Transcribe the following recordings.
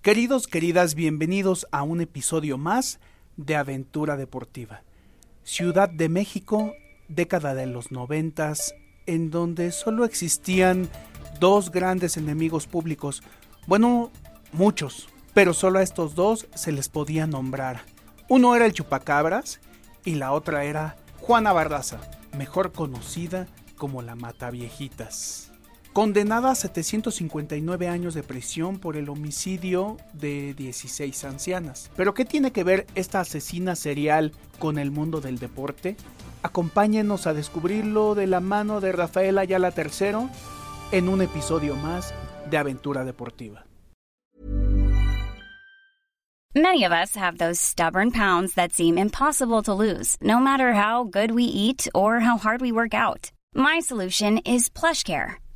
Queridos, queridas, bienvenidos a un episodio más de Aventura Deportiva. Ciudad de México, década de los noventas, en donde solo existían dos grandes enemigos públicos. Bueno, muchos, pero solo a estos dos se les podía nombrar. Uno era el Chupacabras y la otra era Juana Barraza, mejor conocida como la Mataviejitas condenada a 759 años de prisión por el homicidio de 16 ancianas. ¿Pero qué tiene que ver esta asesina serial con el mundo del deporte? Acompáñenos a descubrirlo de la mano de Rafael Ayala III en un episodio más de Aventura Deportiva. Many of us have those stubborn pounds that seem impossible to lose, no matter how good we eat or how hard we work out. My solution is PlushCare.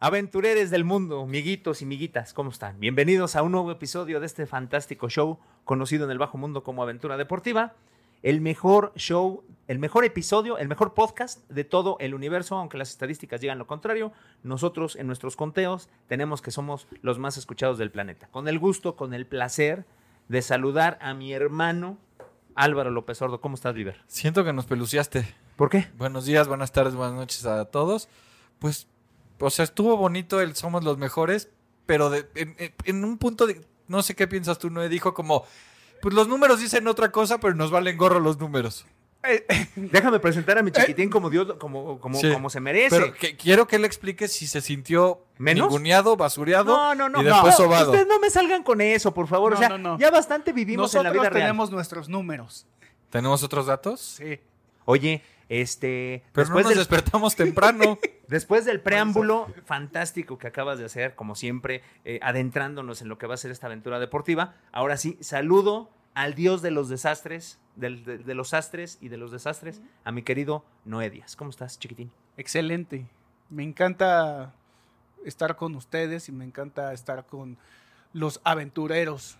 Aventureros del mundo, miguitos y miguitas, ¿cómo están? Bienvenidos a un nuevo episodio de este fantástico show conocido en el bajo mundo como Aventura Deportiva. El mejor show, el mejor episodio, el mejor podcast de todo el universo, aunque las estadísticas digan lo contrario. Nosotros en nuestros conteos tenemos que somos los más escuchados del planeta. Con el gusto, con el placer de saludar a mi hermano Álvaro López Ordo. ¿Cómo estás, River? Siento que nos peluciaste. ¿Por qué? Buenos días, buenas tardes, buenas noches a todos. Pues, o sea, estuvo bonito el Somos los Mejores, pero de- en, en- en un punto de. No sé qué piensas tú, Noé. Dijo como. Pues los números dicen otra cosa, pero nos valen gorro los números. Déjame presentar a mi chiquitín como Dios, como, como, Sí. como se merece. Pero que- quiero que él explique si se sintió ¿Menos? ninguneado, basureado No, no, no. y después no, sobado. Ustedes no me salgan con eso, por favor. o No, sea, no, no. ya bastante vivimos en la Nosotros vida real. tenemos nuestros números. ¿Tenemos otros datos? Sí. Oye, este. Pero después, no nos del, despertamos temprano. después del preámbulo fantástico que acabas de hacer, como siempre, eh, adentrándonos en lo que va a ser esta aventura deportiva. Ahora sí, saludo al dios de los desastres, del- de, de los astres y de los desastres, a mi querido Noé Díaz. ¿Cómo estás, chiquitín? Excelente. Me encanta estar con ustedes y me encanta estar con los aventureros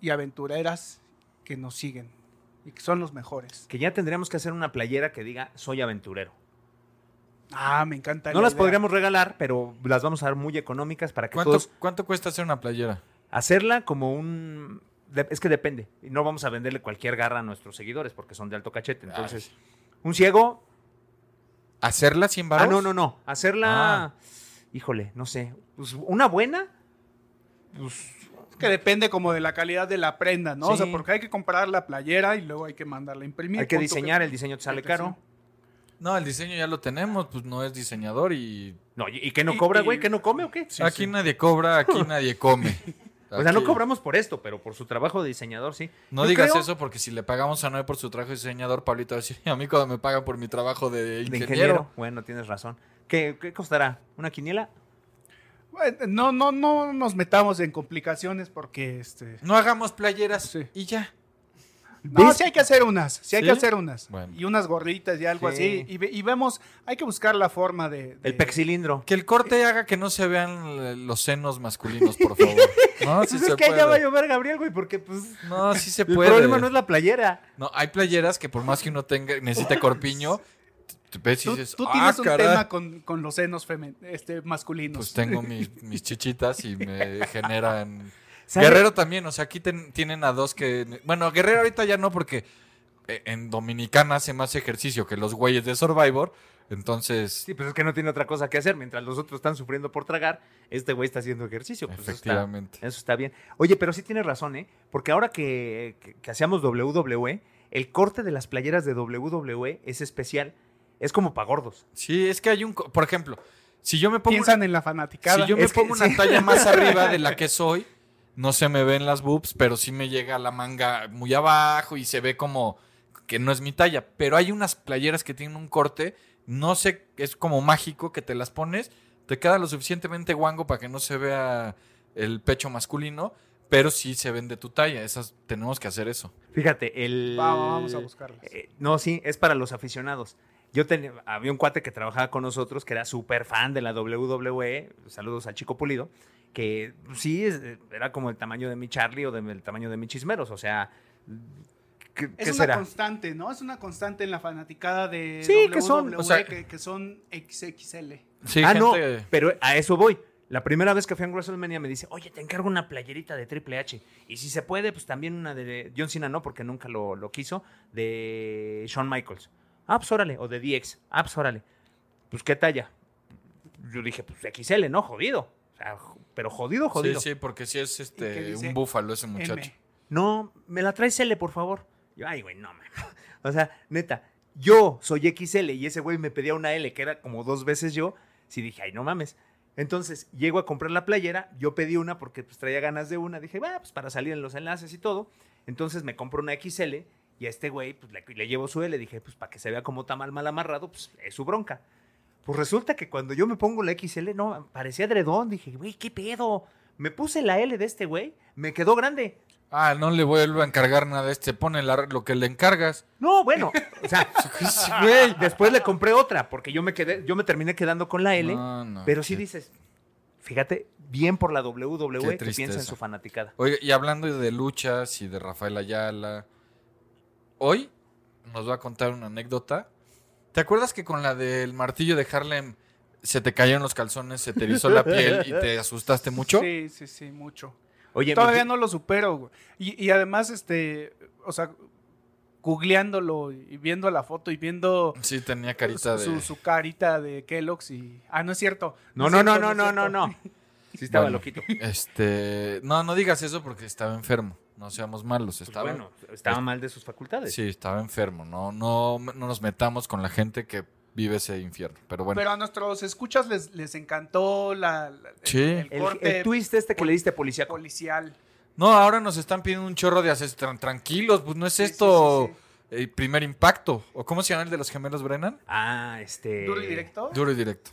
y aventureras que nos siguen y que son los mejores. Que ya tendríamos que hacer una playera que diga soy aventurero. Ah, me encanta. No la las idea. podríamos regalar, pero las vamos a dar muy económicas para que ¿Cuánto, todos cuánto cuesta hacer una playera? hacerla como un... de- Es que depende. Y No vamos a venderle cualquier garra a nuestros seguidores porque son de alto Ah, cachete. Entonces, un ciego... ¿Hacerla sin Ah, varos? no, no, no. Hacerla... Ah. Híjole, no sé. Pues, una buena. Pues, Es que depende como de la calidad de la prenda, ¿no? O sea, Sí. porque hay que comprar la playera y luego hay que mandarla a imprimir. hay que Punto diseñar, el diseño te sale que caro. No, el diseño ya lo tenemos, pues no es diseñador y No, ¿y, y qué no Y- cobra, y- güey? ¿Qué no come o qué? aquí nadie cobra, aquí nadie come. O sea, no Aquí- cobramos por esto, pero por su trabajo de diseñador, sí. No Yo digas creo- eso porque si le pagamos a Noé por su trabajo de diseñador, Pablito va a decir, a mí cuando me pagan por mi trabajo de De ingeniero. ingeniero. Bueno, tienes razón. ¿Qué, qué costará? ¿Una quiniela? Bueno, no, no, no nos metamos en complicaciones porque este. No hagamos playeras Sí. y ya. No, ¿Ves? sí hay que hacer unas, sí hay ¿Sí? que hacer unas. Bueno. Y unas gorritas y algo Sí. así. Y, ve- y vemos, hay que buscar la forma de. de- Eh, El pexilindro. Que el corte haga que no se vean eh, los senos masculinos, por favor. No, sí Pues se es que ahí ya va a puede. llover Gabriel, güey, porque pues... No, sí se El puede. problema no es la playera. No, hay playeras que por más que uno tenga, necesite corpiño, t- t- ves y Tú, dices, tú "Ah, tienes un caray". tema con, con los senos femen- este, masculinos. Pues tengo mi- mis chichitas y me generan... ¿Sabe? Guerrero también, o sea, aquí ten- tienen a dos que... Bueno, Guerrero ahorita ya no porque eh, en Dominicana hace más ejercicio que los güeyes de Survivor, entonces... Sí, pues es que no tiene otra cosa que hacer. Mientras los otros están sufriendo por tragar, este güey está haciendo ejercicio. Pues eso está- Efectivamente. Eso está, bien. Oye, pero sí tienes razón, ¿eh? Porque ahora que, que- que hacíamos WWE, el corte de las playeras de WWE es especial. Es como para gordos. Sí, es que hay un. co- Por ejemplo, si yo me pongo. Piensan en la fanaticada. Si yo me Es que pongo una sí. talla más arriba de la que soy, no se me ven las boobs, pero sí me llega la manga muy abajo y se ve como que no es mi talla. Pero hay unas playeras que tienen un corte, no sé, es como mágico que te las pones, te queda lo suficientemente guango para que no se vea el pecho masculino, pero sí se ven de tu talla. Esas tenemos que hacer eso. Fíjate, el. Vamos, vamos a buscarlas. Eh, no, sí, es para los aficionados. Yo tenía, había un cuate que trabajaba con nosotros que era súper fan de la WWE. Saludos al chico pulido. Que sí, es- era como el tamaño de mi Charlie o del tamaño de mi Chismeros. O sea, ¿qué, es qué una será? constante, ¿no? Es una constante en la fanaticada de Sí, que son, WWE, o sea- que, que son XXL. Sí, ah, no, gente- pero a eso voy. La primera vez que fui a WrestleMania me dice, oye, te encargo una playerita de Triple H. Y si se puede, pues también una de John Cena, no, porque nunca lo, lo quiso, de Shawn Michaels. Ah, pues órale, o de DX. Ah, pues órale. Pues qué talla. Yo dije, pues XL, ¿no? Jodido. O sea, jo- pero jodido, jodido. Sí, sí, porque sí es ¿Y qué este dice? un búfalo ese muchacho. M. No, me la traes L, por favor. Yo, ay, güey, no, man. O sea, neta, yo soy XL y ese güey me pedía una L, que era como dos veces yo. Sí dije, ay, no mames. Entonces, llego a comprar la playera, yo pedí una porque pues, traía ganas de una. Dije, va, pues para salir en los enlaces y todo. Entonces me compro una XL y a este güey pues, le, le llevo su L. Dije, pues para que se vea como está mal, mal amarrado, pues es su bronca. Pues resulta que cuando yo me pongo la XL, no, parecía dredón. Dije, güey, ¿qué pedo? Me puse la L de este güey, me quedó grande. Ah, no le vuelvo a encargar nada a este. Pone la- lo que le encargas. No, bueno, o sea, güey, después le compré otra porque yo me quedé, yo me terminé quedando con la L, No, no, pero sí qué- dices, fíjate, bien por la Qué WWE que piensa en tristeza. su fanaticada. Oye, y hablando de luchas y de Rafael Ayala, hoy nos va a contar una anécdota. ¿Te acuerdas que con la del martillo de Harlem se te cayeron los calzones, se te erizó la piel y te asustaste mucho? Sí, sí, sí, mucho. Oye, Todavía mi- no lo supero, güey. Y, y además, este, o sea, googleándolo y viendo la foto y viendo Sí, tenía carita de... su, su carita de Kellogg's y... Ah, no es cierto. no, es no, no, cierto, no, es no, no, cierto. no. pues Sí estaba Bueno, loquito. Este, no, no digas eso porque estaba enfermo. No seamos malos, Pues estaba bueno, estaba mal de sus facultades. Sí, estaba enfermo, no no no nos metamos con la gente que vive ese infierno, pero bueno. Pero a nuestros escuchas les, les encantó la, la- Sí. el, el El, corte el twist este que le diste a policía. policial. No, ahora nos están pidiendo un chorro de ases tran- tranquilos, pues no es Sí, sí, esto sí, el primer impacto. ¿O cómo se llama el de los gemelos Brennan? Ah, este. ¿Duro y directo? Duro y directo.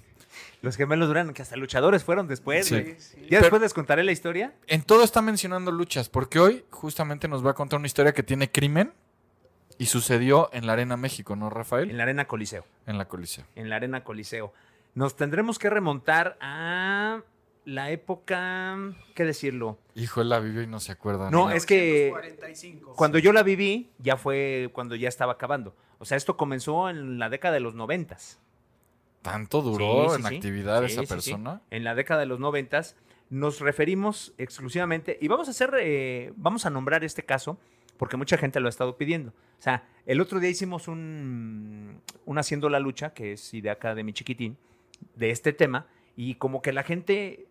Los gemelos duran, que hasta luchadores fueron después. Sí. güey. Sí, sí. Ya después les contaré la historia. En todo está mencionando luchas, porque hoy justamente nos va a contar una historia que tiene crimen y sucedió en la Arena México, ¿no, En Rafael? la Arena Coliseo. En la Coliseo. en la Arena Coliseo. Nos tendremos que remontar a la época, ¿qué decirlo? Hijo, él la vivió y no se acuerda. No, es que 45. cuando yo la viví, ya fue cuando ya estaba acabando. O sea, esto comenzó en la década de los noventas. Tanto Sí, duró sí, en sí. actividad Sí, esa sí, sí. persona. En la década de los noventas nos referimos exclusivamente, y vamos a hacer, eh, vamos a nombrar este caso, porque mucha gente lo ha estado pidiendo. O sea, el otro día hicimos un, un Haciendo la Lucha, que es idea acá de mi chiquitín, de este tema, y como que la gente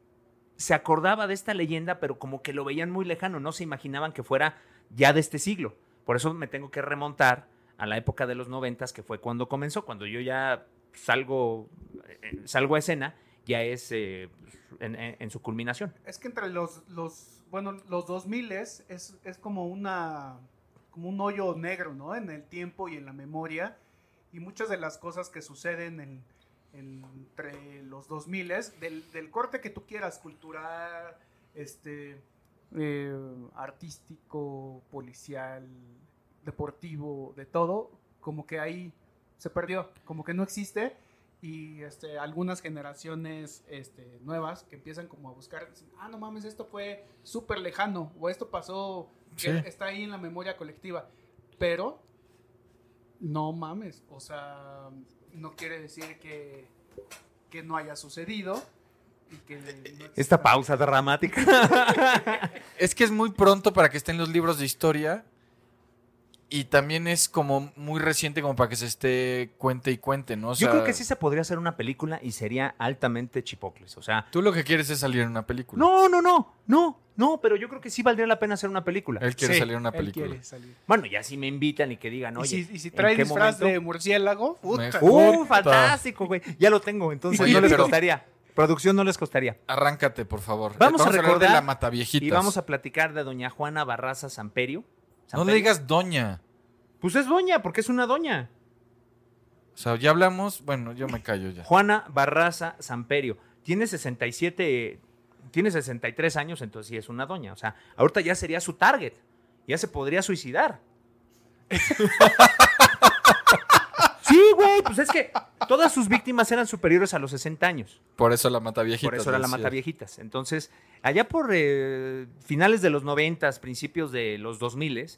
se acordaba de esta leyenda, pero como que lo veían muy lejano, no se imaginaban que fuera ya de este siglo. Por eso me tengo que remontar a la época de los noventas, que fue cuando comenzó, cuando yo ya salgo, eh, salgo a escena, ya es eh, en, en- en su culminación. Es que entre los, los bueno, los 2000 es, es, es como una como un hoyo negro, ¿no? En el tiempo y en la memoria. Y muchas de las cosas que suceden en, en- entre los 2000 del, del corte que tú quieras, cultural, este, eh, artístico, policial, deportivo, de todo, como que ahí se perdió, como que no existe y este, algunas generaciones este, nuevas que empiezan como a buscar, dicen, ah, no mames, esto fue súper lejano, o esto pasó, que Sí. está ahí en la memoria colectiva, pero no mames, o sea, no quiere decir que, que no haya sucedido. y que no exista. Esta pausa dramática. Es que es muy pronto para que estén los libros de historia Y también es como muy reciente como para que se esté cuente y cuente, ¿no? O Yo sea, creo que sí se podría hacer una película y sería altamente chipocles. O sea, pues, Tú lo que quieres es salir en una película. no, no, no, no, no, pero yo creo que sí valdría la pena hacer una película. Él quiere Sí. salir en una Él película. quiere salir. Bueno, ya si me invitan y que digan, Y oye. si, y si ¿en trae qué disfraz de momento? murciélago, puta. Mejor. ¡Uh, Puta. fantástico, güey! Ya lo tengo, entonces Oye, no les pero- costaría. Producción no les costaría. Arráncate, por favor. Vamos a hablar de recordar la mataviejitas. Y vamos a platicar de doña Juana Barraza Samperio. No le Samperio. digas doña. Pues es doña, porque es una doña. O sea, ya hablamos. Bueno, yo me callo ya. Juana Barraza Samperio. Tiene 67, tiene 63 años, entonces sí es una doña. O sea, ahorita ya sería su target. Ya se podría suicidar. sí, güey, pues es que todas sus víctimas eran superiores a los 60 años. Por eso la mataviejitas. Por eso era la decía. mata viejitas. Entonces, allá por eh, finales de los 90, principios de los 2000,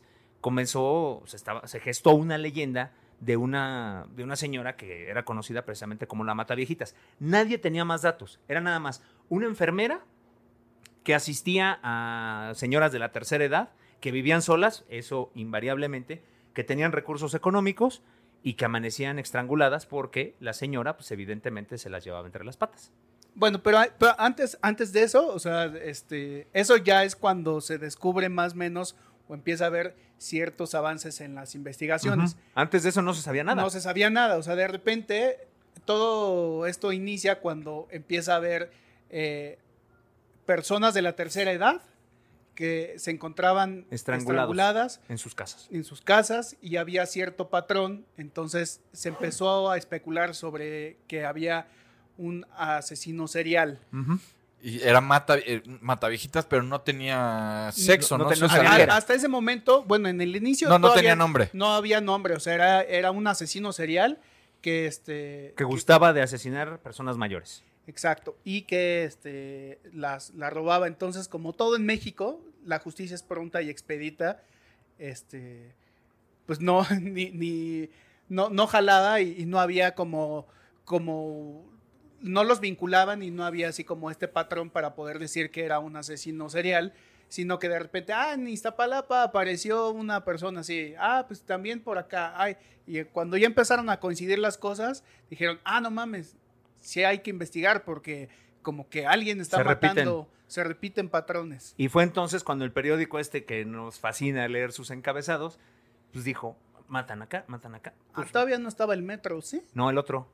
comenzó, se, estaba, se gestó una leyenda de una, de una señora que era conocida precisamente como la mata viejitas. Nadie tenía más datos, era nada más una enfermera que asistía a señoras de la tercera edad que vivían solas, eso invariablemente, que tenían recursos económicos y que amanecían estranguladas porque la señora, pues evidentemente, se las llevaba entre las patas. Bueno, pero, pero antes, antes de eso, o sea, este, eso ya es cuando se descubre más o menos o empieza a haber ciertos avances en las investigaciones. Ujú. Antes de eso no se sabía nada. No se sabía nada, o sea, de repente todo esto inicia cuando empieza a haber eh, personas de la tercera edad que se encontraban Estrangulados. estranguladas En sus casas. en sus casas y había cierto patrón, entonces se empezó a especular sobre que había un asesino serial. Y era mata, eh, mataviejitas, pero no tenía sexo, no ¿no? tenía- Eso Ah, es A- algo- era. hasta ese momento, bueno, en el inicio No, no todavía tenía nombre. No había nombre, o sea, era, era un asesino serial que este Que gustaba de asesinar personas mayores. Exacto. Y que este, las, la robaba. Entonces, como todo en México, la justicia es pronta y expedita. Este, pues no, ni, ni- no, no jalaba y, y no había como, como, no los vinculaban y no había así como este patrón para poder decir que era un asesino serial, sino que de repente, ah, en Iztapalapa apareció una persona así, ah, pues también por acá, ay, y cuando ya empezaron a coincidir las cosas, dijeron, ah, no mames, sí hay que investigar porque como que alguien está Se repiten. matando, se repiten patrones. Y fue entonces cuando el periódico este que nos fascina leer sus encabezados, pues dijo, matan acá, matan acá. Ah, Pues, todavía no estaba el metro, ¿sí? no, el otro.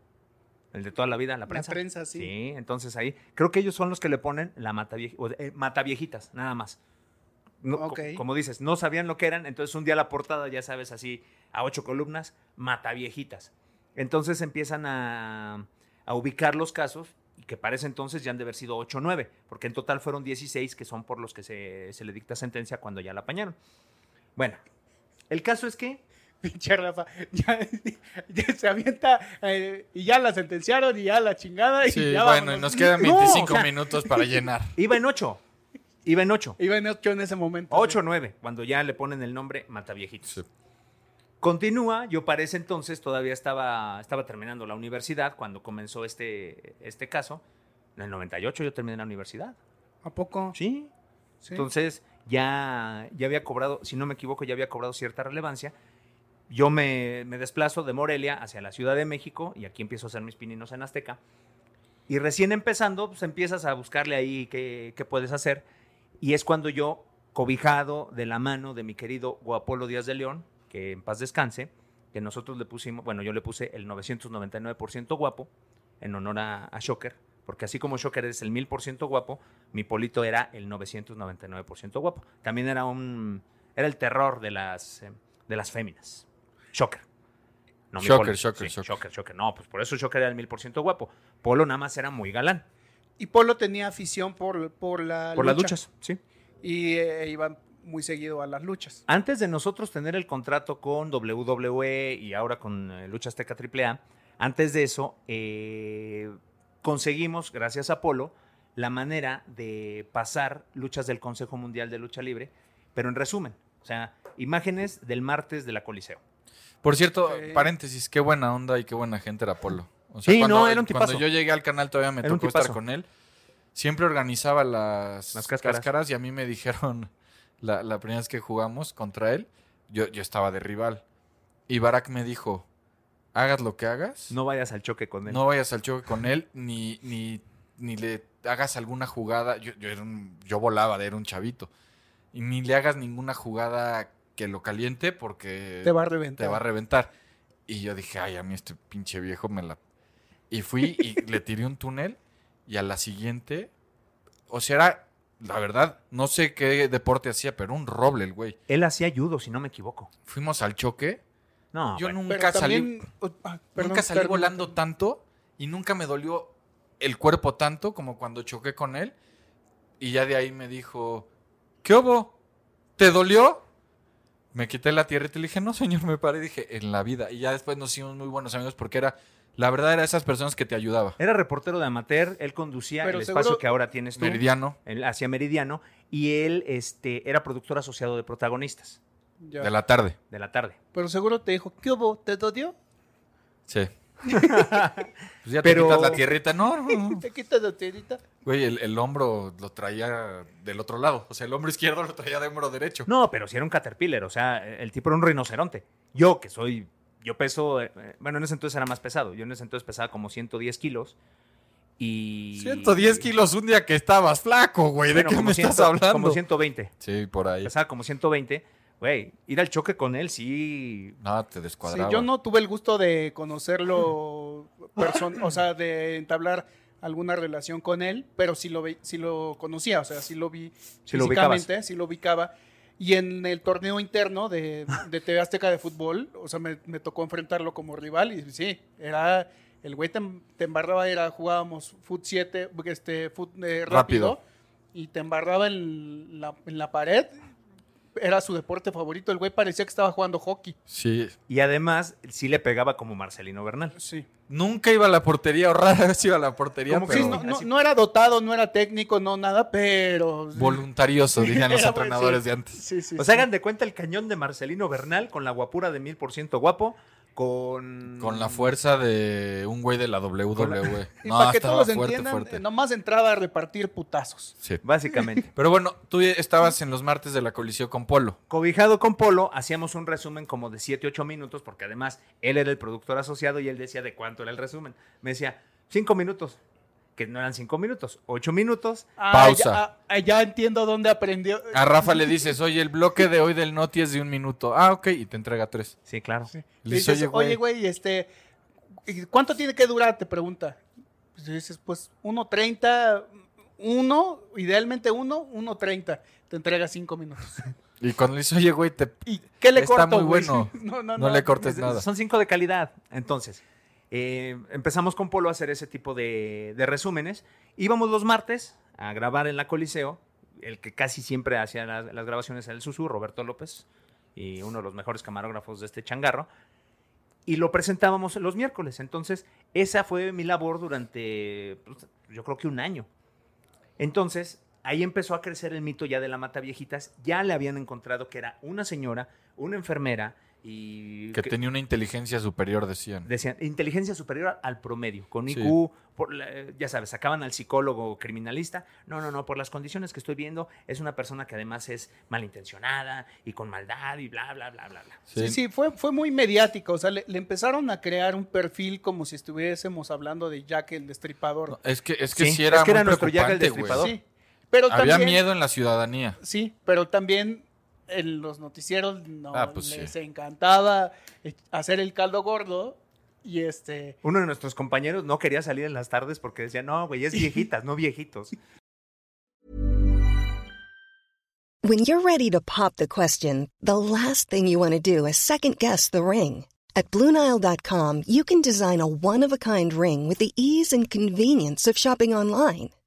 El de toda la vida, la La prensa. prensa, sí. entonces ahí. Creo que ellos son los que le ponen la mata, viejitas, nada más. No, co- Ok. como dices, no sabían lo que eran, entonces un día la portada, ya sabes, así, a ocho columnas, mata viejitas. Entonces empiezan a, a ubicar los casos, y que parece entonces ya han de haber sido ocho o nueve, porque en total fueron 16 que son por los que se, se le dicta sentencia cuando ya la apañaron. Bueno, el caso es que Pinche Rafa, ya, ya se avienta eh, y ya la sentenciaron y ya la chingada. Y Sí, ya bueno, vámonos. y nos quedan No, 25 o sea- minutos para llenar. iba en ocho, iba en ocho. Iba en ocho en ese momento. 8 o 9, cuando ya le ponen el nombre Mataviejitos. Sí. Continúa, yo para ese entonces todavía estaba, estaba terminando la universidad cuando comenzó este, este caso. En el 98 yo terminé la universidad. ¿A poco? Sí. Sí. Entonces ya, ya había cobrado, si no me equivoco, ya había cobrado cierta relevancia. Yo me, me desplazo de Morelia hacia la Ciudad de México y aquí empiezo a hacer mis pininos en Azteca. Y recién empezando, pues empiezas a buscarle ahí qué, qué puedes hacer. Y es cuando yo, cobijado de la mano de mi querido Guapolo Díaz de León, que en paz descanse, que nosotros le pusimos, bueno, yo le puse el 999% guapo en honor a, a Shocker, porque así como Shocker es el 1000% guapo, mi Polito era el 999% guapo. También era un era el terror de las eh, de las féminas. Shocker. No, mi Shocker, Polo. Shocker, Sí, Shocker. Shocker, Shocker. No, pues por eso Shocker era el 1000% guapo. Polo nada más era muy galán Y Polo tenía afición por, por la por las lucha. duchas, sí. Y eh, iba muy seguido a las luchas. Antes de nosotros tener el contrato con WWE y ahora con eh, Lucha Azteca AAA, antes de eso eh, conseguimos, gracias a Polo, la manera de pasar luchas del Consejo Mundial de Lucha Libre, pero en resumen, o sea, imágenes del martes de la Coliseo. Por cierto, Ok. paréntesis, qué buena onda y qué buena gente era Polo. O sea, Sí, cuando, no, era un cuando tipazo. yo llegué al canal todavía me Era un tocó estar tipazo. con él. Siempre organizaba las, Las cáscaras. y a mí me dijeron la, la primera vez que jugamos contra él, yo, yo estaba de rival. Y Barack me dijo, hagas lo que hagas, No vayas al choque con él. no vayas al choque con él, ni, ni, ni le hagas alguna jugada. Yo, yo, era un- yo volaba, era un chavito. Y ni le hagas ninguna jugada que lo caliente porque Te va a reventar. te va a reventar. Y yo dije, ay, a mí este pinche viejo me la... Y fui y le tiré un túnel y a la siguiente, o sea, era, la verdad, no sé qué deporte hacía, pero un roble el güey. Él hacía judo, si no me equivoco. Fuimos al choque. No, yo Ah, Pero bueno. nunca salí, también- oh, ah, perdón, nunca salí termina. volando tanto y nunca me dolió el cuerpo tanto como cuando choqué con él. Y ya de ahí me dijo, ¿qué hubo? ¿Te dolió? Me quité la tierra y te dije, no, señor, me paré. Y dije, en la vida. Y ya después nos hicimos muy buenos amigos porque era, la verdad, era esas personas que te ayudaba. Era reportero de amateur, él conducía Pero el seguro- espacio que ahora tienes tú, Meridiano, el- hacia Meridiano, y él este, era productor asociado de protagonistas Ya. de la tarde. de la tarde. Pero seguro te dijo, ¿qué hubo? ¿Te dolió? Sí. pues ya Pero- te quitas la tierrita. No, no, no. ¿Te quitas la tirita? Güey, el, el hombro lo traía del otro lado. O sea, el hombro izquierdo lo traía de hombro derecho. No, pero si era un caterpillar, o sea, el tipo era un rinoceronte. Yo, que soy, yo peso, eh, eh, bueno, en ese entonces era más pesado, yo en ese entonces pesaba como 110 kilos. Y... 110 kilos un día que estabas flaco, güey. ¿De Bueno, qué como me 100, estás hablando? Como 120, Sí, por ahí. pesaba como 120. Güey, ir al choque con él sí No, te Sí, descuadraba. yo no tuve el gusto de conocerlo, person- o sea, de entablar alguna relación con él, pero sí lo, ve- sí lo conocía, o sea, sí lo vi Sí lo físicamente, sí lo ubicaba. Y en el torneo interno de, de TV Azteca de fútbol, o sea, me, me tocó enfrentarlo como rival y sí, era... El güey te, em- te embarraba, era, jugábamos Foot 7, este, fut, eh, rápido, Rápido. y te embarraba en la, en la pared. Era su deporte favorito. El güey parecía que estaba jugando hockey. Sí. Y además, sí le pegaba como Marcelino Bernal. Sí. Nunca iba a la portería, o rara vez iba a la portería, Como que pero Sí, no, no- no era dotado, no era técnico, no nada, pero. voluntarioso, dirían los Era buen- entrenadores sí. de antes. Sí, sí, O sea, sí. hagan de cuenta el cañón de Marcelino Bernal con la guapura de mil por ciento guapo, con... Con la fuerza de un güey de la WWE. Mm. Y No, para que estaba todos fuerte, entiendan, fuerte. eh, nomás entraba a repartir putazos. Sí. Básicamente. Pero bueno, tú estabas en los martes de la colisión con Polo. Cobijado con Polo, hacíamos un resumen como de 7, 8 minutos, porque además él era el productor asociado y él decía de cuánto era el resumen. Me decía, 5 minutos, que no eran 5 minutos, 8 minutos. Ah, Pausa. Ah, Ya, ah, ah, ya entiendo dónde aprendió. A Rafa le dices, oye, el bloque de hoy del Noti es de un minuto. Ah, ok, y te entrega tres. Sí, claro. Le Le dices, dices, oye, güey, este. ¿y ¿Cuánto tiene que durar? Te pregunta. Pues le dices, pues 1.30, 1, idealmente 1, 1.30. Te entrega 5 minutos. Y cuando le dices, oye, güey, te... ¿Y qué le Está corto? muy güey? bueno. No, no, no, no. le cortes nada. Son 5 de calidad. Entonces, eh, empezamos con Polo a hacer ese tipo de, de resúmenes. Íbamos los martes a grabar en la Coliseo, el que casi siempre hacía las, las grabaciones era el Susu, Roberto López, y uno de los mejores camarógrafos de este changarro. Y lo presentábamos los miércoles. Entonces, esa fue mi labor durante, pues, yo creo que un año. Entonces, ahí empezó a crecer el mito ya de la mata viejitas. Ya le habían encontrado que era una señora, una enfermera y... Que que- tenía una inteligencia superior, decían. Decían, inteligencia superior al promedio, con Sí. IQ, por la- eh, ya sabes, sacaban al psicólogo criminalista. No, no, no, por las condiciones que estoy viendo, es una persona que además es malintencionada y con maldad y bla, bla, bla, bla, bla. Sí, sí, fue, fue muy mediático. O sea, le, le empezaron a crear un perfil como si estuviésemos hablando de Jack el Destripador. No, es que, es que Sí, sí, es era que era muy nuestro Jack el preocupante, Destripador. güey. Sí, pero Había también, miedo en la ciudadanía. Sí, pero también en los noticieros no Ah, pues les sí. encantaba eh, hacer el caldo gordo y este... Uno de nuestros compañeros no quería salir en las tardes porque decía, no, güey, es viejitas, no viejitos. When you're ready to pop the question, the last thing you want to do is second guess the ring. At Bluenile.com, you can design a one of a kind ring with the ease and convenience of shopping online.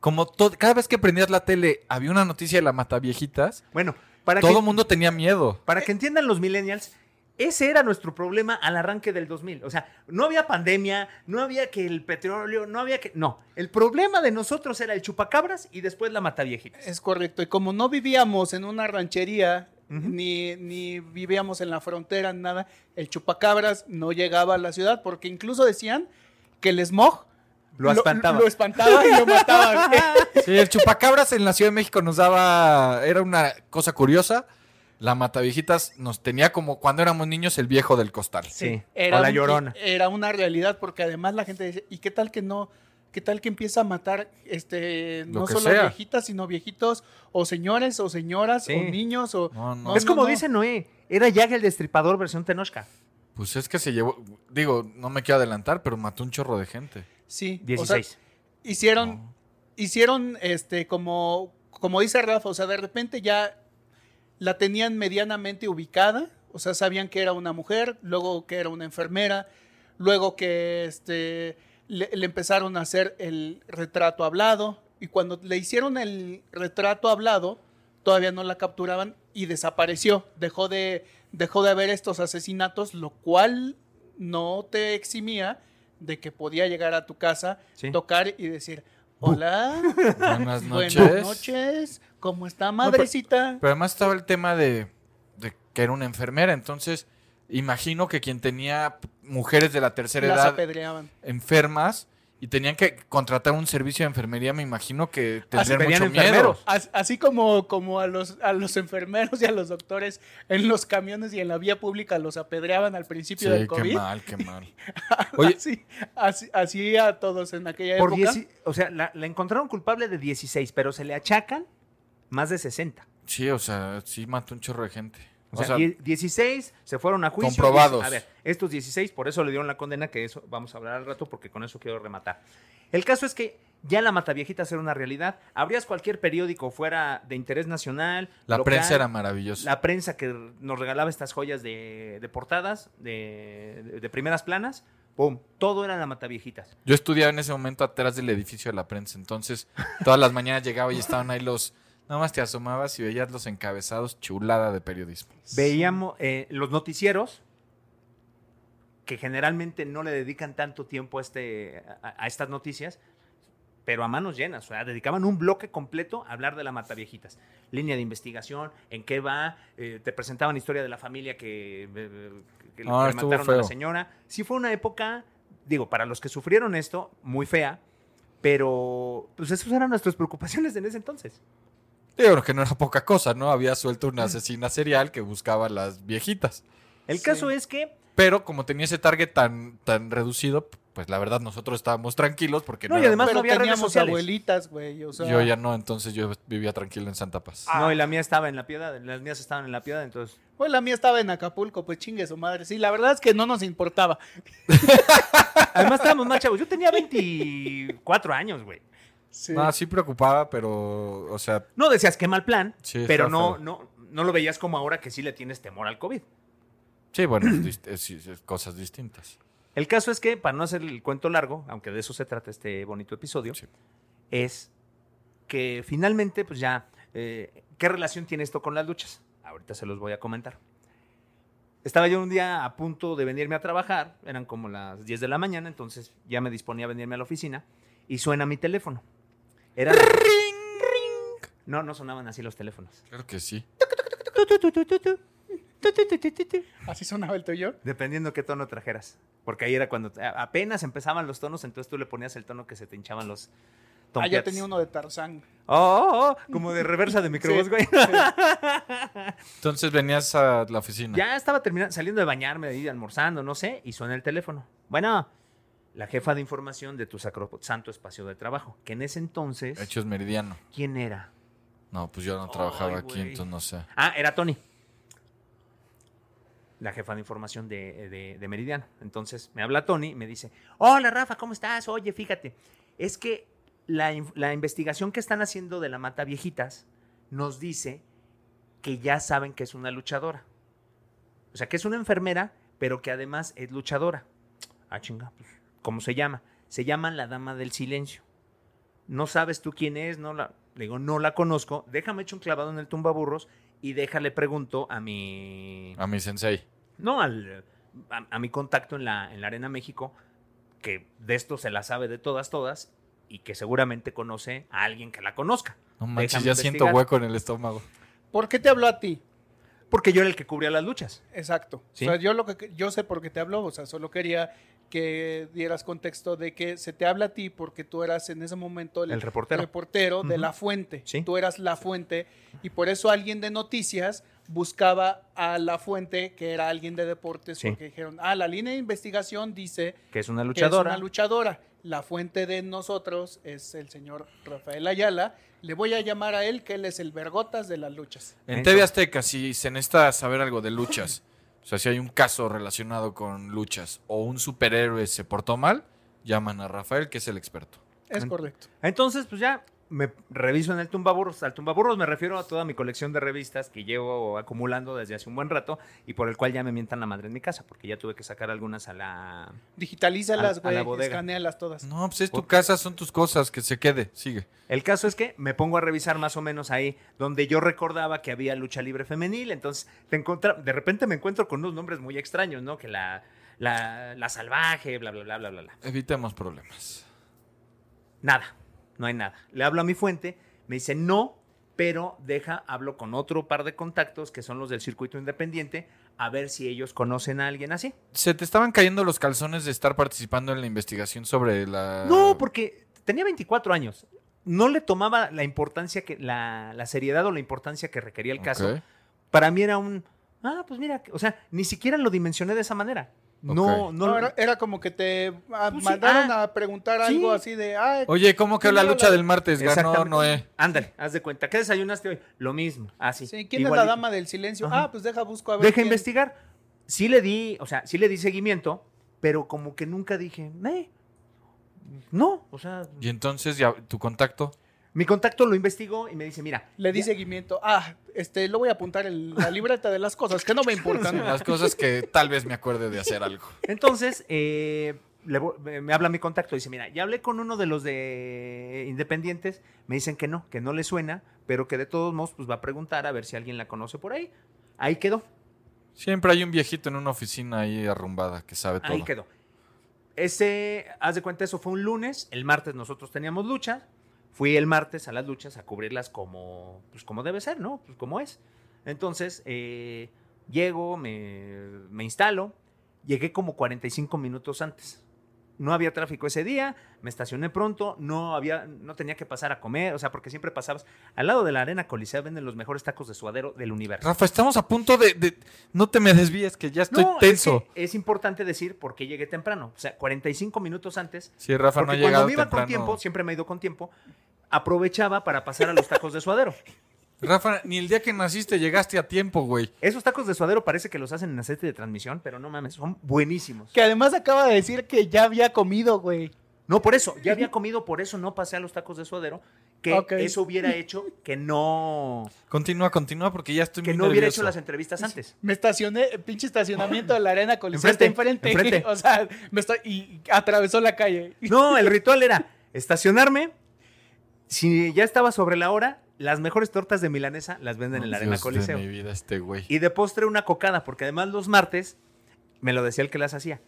como todo, cada vez que prendías la tele había una noticia de la Mataviejitas, Bueno, para todo que, el mundo tenía miedo. para que entiendan los millennials, Ese era nuestro problema al arranque del 2000. O sea, no había pandemia, no había que el petróleo, no había que... No, el problema de nosotros era el chupacabras y después la mataviejitas. Es correcto. Y como no vivíamos en una ranchería, ni, ni vivíamos en la frontera, nada, el chupacabras no llegaba a la ciudad, porque incluso decían que el smog Lo espantaba. Lo, espantaba y lo mataba. Sí, el chupacabras en la Ciudad de México nos daba. Era una cosa curiosa. La mataviejitas nos tenía como cuando éramos niños el viejo del costal. Sí, Era o un- la eh, llorona. Era una realidad, porque además la gente decía, ¿y qué tal que no? ¿Qué tal que empieza a matar este Lo no que solo sea. viejitas, sino viejitos, o señores, o señoras, Sí. o niños, o No, no. es como no. dice Noé, era Jack el destripador versión Tenochca. Pues es que se llevó. Digo, no me quiero adelantar, pero mató un chorro de gente. Sí. o sea, 16. hicieron, hicieron este, como, como dice Rafa, o sea, de repente ya la tenían medianamente ubicada, o sea, sabían que era una mujer, luego que era una enfermera, luego que este, le, le empezaron a hacer el retrato hablado, y cuando le hicieron el retrato hablado, todavía no la capturaban y desapareció, dejó de, dejó de haber estos asesinatos, lo cual no te eximía de que podía llegar a tu casa, Sí. tocar y decir, hola, Buenas noches. buenas noches, ¿cómo está madrecita? Pero además estaba el tema de, de que era una enfermera. Entonces, imagino que quien tenía mujeres de la tercera Las edad apedreaban. enfermas y tenían que contratar un servicio de enfermería, me imagino que Así tendrían pedían mucho miedo. enfermeros. As- Así como, como a, los, a los enfermeros y a los doctores en los camiones y en la vía pública los apedreaban al principio Sí, del qué COVID. mal, qué mal. Oye. así, así, así a todos en aquella Por época. dieci- o sea, la, la encontraron culpable de 16, pero se le achacan más de 60. Sí, o sea, sí mató un chorro de gente. O sea, die- 16 se fueron a juicio. Comprobados. Dice- A ver, estos 16, por eso le dieron la condena, que eso vamos a hablar al rato, porque con eso quiero rematar. El caso es que ya la mataviejita era una realidad. Abrías cualquier periódico fuera de interés nacional. la local, prensa era maravillosa. La prensa que nos regalaba estas joyas de, de portadas, de, de- de primeras planas. ¡Pum! Todo era la mataviejitas. Yo estudiaba en ese momento atrás del edificio de la prensa, entonces todas las mañanas llegaba y estaban ahí los... Nada más te asomabas y veías los encabezados, chulada de periodismo. Veíamos eh, los noticieros que generalmente no le dedican tanto tiempo a, este, a, a estas noticias, pero a manos llenas. O sea, dedicaban un bloque completo a hablar de la Mataviejitas. Línea de investigación, en qué va, eh, te presentaban historia de la familia que, eh, que le- Ah, que estuvo mataron a la feo. señora. Sí fue una época, digo, para los que sufrieron esto, muy fea, pero pues esas eran nuestras preocupaciones en ese entonces. Digo que no era poca cosa, ¿no? Había suelto una asesina serial que buscaba a las viejitas. El Sí. caso es que Pero como tenía ese target tan, tan reducido, pues la verdad nosotros estábamos tranquilos porque No, no, y era- además- no Pero había redes teníamos sociales. abuelitas, güey. O sea, yo ya no, entonces yo vivía tranquilo en Santa Paz. No, y la mía estaba en la piedad, las mías estaban en la piedad, entonces Pues la mía estaba en Acapulco, pues chingue su madre. Sí, la verdad es que no nos importaba. Además estábamos más chavos. Yo tenía 24 años, güey. Sí. No, sí preocupaba, pero, o sea, No decías qué mal plan, Sí, pero está no, feo. no, no lo veías como ahora que sí le tienes temor al COVID. sí, bueno, es dist- es- es- es cosas distintas. El caso es que, para no hacer el cuento largo, aunque de eso se trata este bonito episodio, Sí. es que finalmente, pues ya, eh, ¿qué relación tiene esto con las luchas? Ahorita se los voy a comentar. Estaba yo un día a punto de venirme a trabajar, eran como las 10 de la mañana, entonces ya me disponía a venirme a la oficina y suena mi teléfono. Era... No, no sonaban así los teléfonos. Claro que sí. Así sonaba el tuyo. Dependiendo qué tono trajeras. Porque ahí era cuando a- apenas empezaban los tonos, entonces tú le ponías el tono que se te hinchaban Ah, los yo tompiates. tenía uno de Tarzán. Oh, oh, oh, como de reversa de microbús, Sí, güey. Entonces venías a la oficina. Ya estaba terminando, saliendo de bañarme, ahí almorzando, no sé, y suena el teléfono. Bueno, la jefa de información de tu sacrosanto espacio de trabajo, que en ese entonces, Hechos meridiano. ¿quién era? No, pues yo no trabajaba Ay, aquí, güey. entonces no sé. Ah, era Tony. La jefa de información de, de- de Meridiano. Entonces me habla Tony y me dice: Hola Rafa, ¿cómo estás? Oye, fíjate, es que la, in- la investigación que están haciendo de la Mata Viejitas nos dice que ya saben que es una luchadora. O sea, que es una enfermera, pero que además es luchadora. Ah, chinga, pues, ¿cómo se llama? Se llama la Dama del Silencio. No sabes tú quién es, no la. Le digo, no la conozco, déjame echar un clavado en el tumbaburros y déjale pregunto a mi A mi sensei. no al, a, a mi contacto en la, en la Arena México, que de esto se la sabe de todas, todas, y que seguramente conoce a alguien que la conozca. No manches, Déjame ya siento investigar. hueco en el estómago. ¿Por qué te habló a ti? Porque yo era el que cubría las luchas. Exacto. Sí. O sea, yo lo que yo sé por qué te habló, o sea, solo quería que dieras contexto de que se te habla a ti porque tú eras en ese momento el, El reportero. reportero de Ujú. la fuente. Sí. Tú eras la fuente y por eso alguien de noticias buscaba a la fuente que era alguien de deportes Sí. porque dijeron, "Ah, la línea de investigación dice Que es una que es luchadora. una luchadora. La fuente de nosotros es el señor Rafael Ayala. Le voy a llamar a él que él es el vergotas de las luchas." En Eso. TV Azteca, si se necesita saber algo de luchas, o sea, si hay un caso relacionado con luchas o un superhéroe se portó mal, llaman a Rafael, que es el experto. Es Ent- correcto. Entonces, pues ya me reviso en el tumbaburros. Al tumbaburros me refiero a toda mi colección de revistas que llevo acumulando desde hace un buen rato y por el cual ya me mientan la madre en mi casa, porque ya tuve que sacar algunas a la... Digitalízalas, A- a güey, la bodega. escanealas todas. No, pues es tu Por- casa, son tus cosas, que se quede, sigue. El caso es que me pongo a revisar más o menos ahí donde yo recordaba que había lucha libre femenil. Entonces, te encontra- de repente me encuentro con unos nombres muy extraños, ¿no? Que la, la, la salvaje, bla, bla, bla, bla, bla, bla. Evitemos problemas. Nada, no hay nada. Le hablo a mi fuente, me dice no, pero deja, hablo con otro par de contactos que son los del circuito independiente, a ver si ellos conocen a alguien así. ¿Se te estaban cayendo los calzones de estar participando en la investigación sobre la... No, porque tenía 24 años. No le tomaba la importancia que, la, la seriedad o la importancia que requería el caso. Ok. Para mí era un, ah, pues mira, o sea, ni siquiera lo dimensioné de esa manera. No, Ok. no, No, era, era como que te ah, Pues sí, mandaron ah, a preguntar sí. algo así de, ah, Oye, ¿cómo que la Primero lucha la- del martes ganó Exactamente. Noé? Ándale, haz de cuenta. ¿Qué desayunaste hoy? Lo mismo, así. sí, ¿quién es la igualito. dama del silencio? Ajá. Ah, pues deja, busco a ver. Deja quién. investigar. Sí le di, o sea, sí le di seguimiento, pero como que nunca dije, "Eh, no, o sea, Y entonces, ya, ¿tu contacto? mi contacto lo investigó y me dice, mira, Le di seguimiento. Ah, este, lo voy a apuntar en la libreta de las cosas que no me importan. Las cosas que tal vez me acuerde de hacer algo. entonces eh, le vo- me me habla mi contacto, dice, mira, ya hablé con uno de los de Independientes, me dicen que no, que no le suena, pero que de todos modos pues va a preguntar a ver si alguien la conoce por ahí. Ahí quedó, Siempre hay un viejito en una oficina ahí arrumbada que sabe todo. ahí quedó. Ese, haz de cuenta, eso fue un lunes, el martes nosotros teníamos luchas, fui el martes a las luchas a cubrirlas como, pues como debe ser, ¿no? Pues como es. Entonces, eh, llego, me, me instalo, llegué como 45 minutos antes. No había tráfico ese día, me estacioné pronto, no había, no tenía que pasar a comer, o sea, porque siempre pasabas al lado de la arena colisea venden los mejores tacos de suadero del universo. Rafa, estamos a punto de, de- No te me desvíes, que ya estoy No, es tenso. que Es, importante decir por qué llegué temprano, o sea, 45 minutos antes Sí, Rafa no ha Porque llegado cuando me iba temprano. con tiempo, siempre me he ido con tiempo, aprovechaba para pasar a los tacos de suadero. Rafa, ni el día que naciste llegaste a tiempo, güey. Esos tacos de suadero parece que los hacen en aceite de transmisión, pero no mames, son buenísimos. que además acaba de decir que ya había comido, güey. No, por eso, ya había comido, por eso no pasé a los tacos de suadero, que Ok. eso hubiera hecho que no, Continúa, continúa, porque ya estoy que muy no hubiera hecho nervioso. las entrevistas antes. Me estacioné, el pinche estacionamiento de la arena con enfrente, Enfrente, enfrente. enfrente. O sea, me estoy, y atravesó la calle. No, el ritual era estacionarme, si ya estaba sobre la hora, las mejores tortas de milanesa las venden en la Arena Dios de Coliseo. mi vida este güey. Y de postre una cocada, porque además los martes, me lo decía el que las hacía,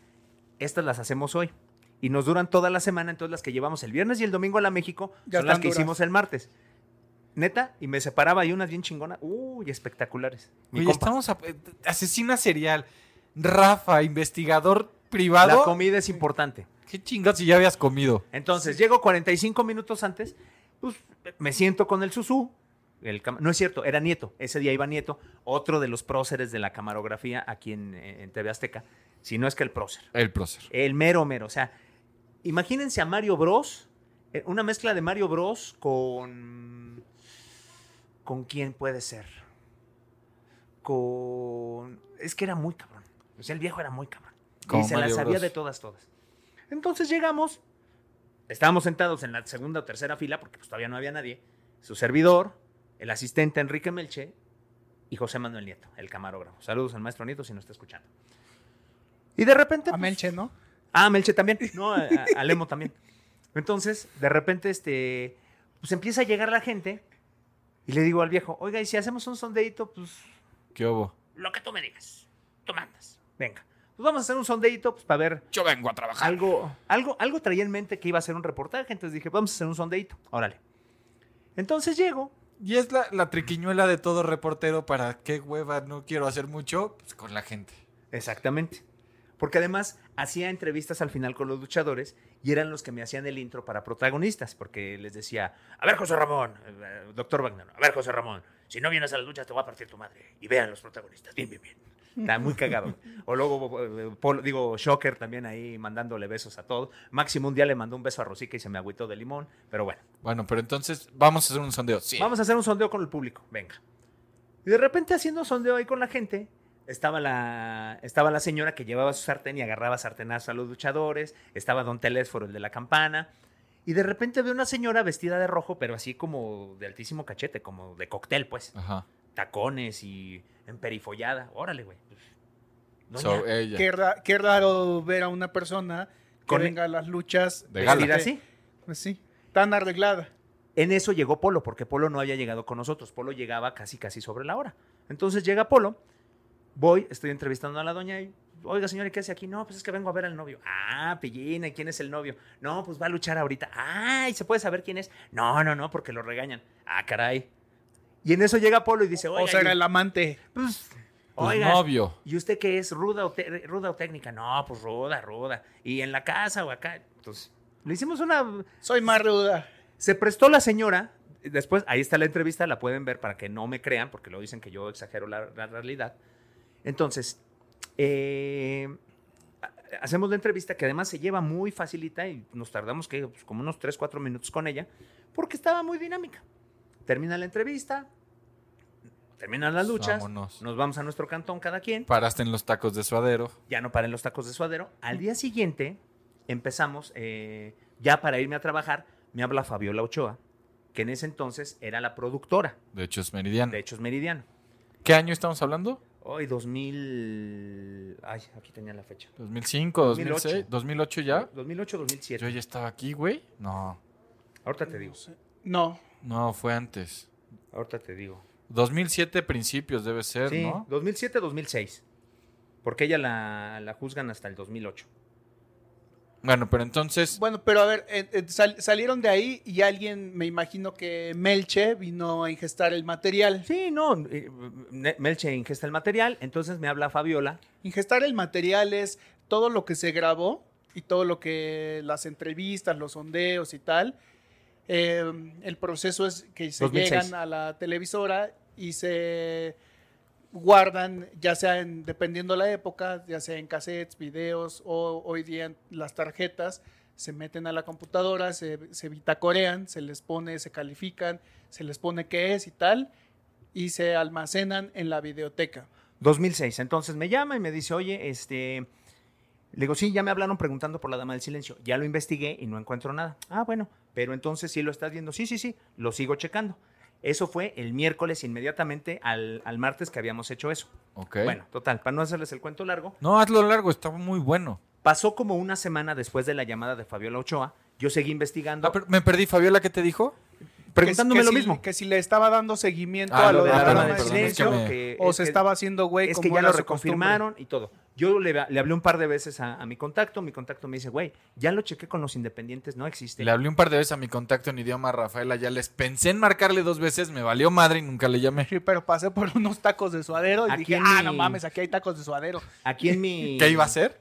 estas las hacemos hoy. Y nos duran toda la semana, entonces las que llevamos el viernes y el domingo a la México Ya son las están que duras. hicimos el martes. Neta, y me separaba y unas bien chingonas. Uy, espectaculares. Mi Güey, compa. estamos a- eh, asesina serial. Rafa, investigador La privado. comida es importante. ¿Qué chingados si ya habías comido? Entonces, llego 45 minutos antes, pues me siento con el Susú. El cam- no es cierto, era Nieto. Ese día iba Nieto, otro de los próceres de la camarografía aquí en, en TV Azteca. Si no es que el prócer. El prócer. El mero mero. O sea, imagínense a Mario Bros. eh, Una mezcla de Mario Bros con. ¿Con quién puede ser? Con. Es que era muy cabrón. O sea, el viejo era muy cabrón. Como y se Mario la sabía Bros. de todas, todas. Entonces llegamos. Estábamos sentados en la segunda o tercera fila, porque pues todavía no había nadie. Su servidor, el asistente Enrique Melche y José Manuel Nieto, el camarógrafo. Saludos al maestro Nieto si nos está escuchando. Y de repente. A pues, Melche, ¿no? Ah, Melche también. No, a, a- a Lemo también. Entonces, de repente, este, pues empieza a llegar la gente y le digo al viejo, oiga, y si hacemos un sondeito, pues ¿Qué hubo? lo que tú me digas, tú mandas. venga. Pues vamos a hacer un sondeito pues, para ver Yo vengo a trabajar. algo, algo, algo traía en mente que iba a hacer un reportaje, entonces dije, vamos a hacer un sondeito, órale. Entonces llego, Y es la, la triquiñuela de todo reportero para qué hueva no quiero hacer mucho pues, con la gente. Exactamente. Porque además hacía entrevistas al final con los luchadores y eran los que me hacían el intro para protagonistas, porque les decía, a ver José Ramón, eh, doctor Wagner, a ver José Ramón, si no vienes a las luchas te voy a partir tu madre. Y vean los protagonistas, bien, bien, bien. Está muy cagado. O luego, eh, Paul- digo, Shocker también ahí mandándole besos a todos. Máximo un día le mandó un beso a Rosica y se me agüitó de limón, pero bueno. Bueno, pero entonces vamos a hacer un sondeo. Sí. Vamos a hacer un sondeo con el público, venga. Y de repente haciendo sondeo ahí con la gente, estaba la, estaba la señora que llevaba su sartén y agarraba sartenazos a los luchadores, estaba don Telésforo, el de la campana, y de repente veo una señora vestida de rojo, pero así como de altísimo cachete, como de cóctel, pues, Ajá. tacones y emperifollada. Órale, güey. Doña, So, eh, ella. Qué, ra- qué raro ver a una persona que Con- venga a las luchas De este, vestida así. pues sí, tan arreglada. En eso llegó Polo, porque Polo no había llegado con nosotros. Polo llegaba casi, casi sobre la hora. Entonces llega Polo, voy, estoy entrevistando a la doña y, oiga, señora, ¿y ¿qué hace aquí? No, pues es que vengo a ver al novio. Ah, Pillina, ¿y quién es el novio? No, pues va a luchar ahorita. Ah, ¿y se puede saber quién es? No, no, no, porque lo regañan. Ah, caray. Y en eso llega Polo y dice, oiga, o sea, y- era el amante. pues, Pues, oiga, novio. ¿Y usted qué es? ¿Ruda o, te- ruda o técnica? No, pues ruda, ruda. ¿Y en la casa o acá? Entonces, le hicimos una Soy más ruda. se prestó la señora, después ahí está la entrevista, la pueden ver para que no me crean, porque luego dicen que yo exagero la, la realidad. Entonces, eh, ha- hacemos la entrevista que además se lleva muy facilita y nos tardamos que pues, como unos 3, 4 minutos con ella, porque estaba muy dinámica. Termina la entrevista, terminan las luchas, Vámonos. nos vamos a nuestro cantón cada quien Paraste en los tacos de suadero. ya no paren los tacos de suadero. Al día siguiente empezamos, eh, ya para irme a trabajar, me habla Fabiola Ochoa, que en ese entonces era la productora De hecho, es meridiano. de Hechos Meridiano. ¿Qué año estamos hablando? Hoy 2000... Ay, aquí tenía la fecha. ¿2005, 2006? 2008 ya. 2008, 2007. Yo ya estaba aquí, güey. No, Ahorita te digo. No, no, fue antes. Ahorita te digo. 2007 principios debe ser, Sí, ¿no? 2007, 2006. Porque ella la, la juzgan hasta el 2008. Bueno, pero entonces Bueno, pero a ver, eh, eh, sal- salieron de ahí y alguien, me imagino que Melche vino a ingestar el material. Sí, no. eh, ne- Melche ingesta el material, entonces me habla Fabiola. Ingestar el material es todo lo que se grabó y todo lo que las entrevistas, los sondeos y tal. Eh, el proceso es que se 2006. llegan a la televisora y se guardan, ya sea en, dependiendo la época, ya sea en cassettes, videos o hoy día en las tarjetas, se meten a la computadora, se, se bitacorean, se les pone, se califican, se les pone qué es y tal, y se almacenan en la videoteca. 2006. Entonces me llama y me dice, oye, este... Le digo, sí, ya me hablaron preguntando por la Dama del Silencio. Ya lo investigué y no encuentro nada. Ah, bueno, pero entonces sí lo estás viendo. Sí, sí, sí, lo sigo checando. Eso fue el miércoles inmediatamente al, al martes que habíamos hecho eso. Ok. Bueno, total, para no hacerles el cuento largo, No, hazlo largo, está muy bueno. pasó como una semana después de la llamada de Fabiola Ochoa. Yo seguí investigando, Ah, pero me perdí, Fabiola, ¿qué te dijo? preguntándome que lo si- mismo. Que si le estaba dando seguimiento Ah, a lo de la perdón, dama del perdón, es que silencio. me- que- O es se que- estaba haciendo güey es como que ya era lo su reconfirmaron y todo. Yo le, le hablé un par de veces a, a mi contacto, mi contacto me dice, güey, ya lo chequé con los independientes, no existe. Le hablé un par de veces a mi contacto en idioma Rafaela, ya les pensé en marcarle dos veces, me valió madre y nunca le llamé. costumbre. Sí, pero pasé por unos tacos de suadero y Aquí dije, en ah, mi- no mames, aquí hay tacos de suadero. Aquí en mi... ¿Qué iba a hacer?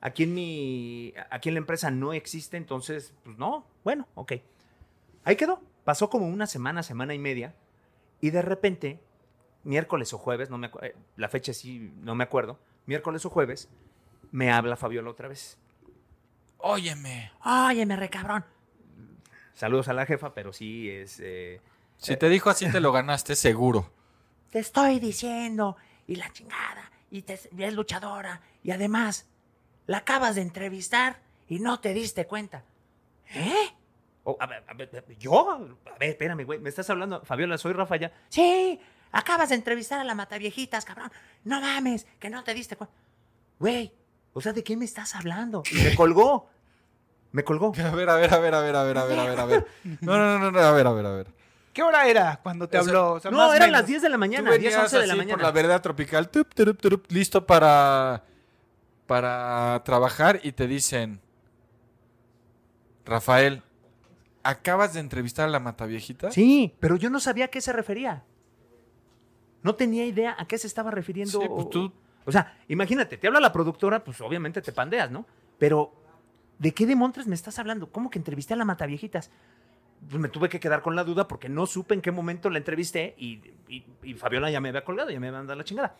Aquí en mi... Aquí en la empresa no existe, entonces, pues no, bueno, ok. Ahí quedó. Pasó como una semana, semana y media, y de repente, miércoles o jueves, no me acu- eh, la fecha sí, no me acuerdo, miércoles o jueves, me habla Fabiola otra vez. Óyeme. Oye, me recabrón. Saludos a la jefa, pero sí es... eh, Si te dijo así, te lo ganaste, seguro. te estoy diciendo, y la chingada, y te, y es luchadora, y además, la acabas de entrevistar y no te diste cuenta. ¿Eh? Oh, a ver, a ver, a ver, ¿Yo? A ver, espérame, güey, me estás hablando, Fabiola, soy Rafa ya. Sí, acabas de entrevistar a la mataviejitas, cabrón. No mames, que no te diste cuenta. Güey, o sea, ¿de qué me estás hablando? Y me colgó. Me colgó. A ver, a ver, a ver, a ver, a ver, a ver, a ver, a ver. No, no, no, no, a ver, a ver, a ver. ¿Qué hora era cuando te O sea, habló? O sea, No, más o eran menos. las 10 de la Tú mañana, 10, venías 11 de la así mañana. por la verdad tropical, tup, turup, turup, listo para para trabajar y te dicen, Rafael, ¿acabas de entrevistar a la Mataviejita? Sí, pero yo no sabía a qué se refería. No tenía idea a qué se estaba refiriendo. Sí, pues tú- O sea, imagínate, te habla la productora, pues obviamente te pandeas, ¿no? Pero, ¿de qué demontres me estás hablando? ¿Cómo que entrevisté a la Mataviejitas? Pues me tuve que quedar con la duda porque no supe en qué momento la entrevisté y, y- y Fabiola ya me había colgado, ya me había mandado a la chingada.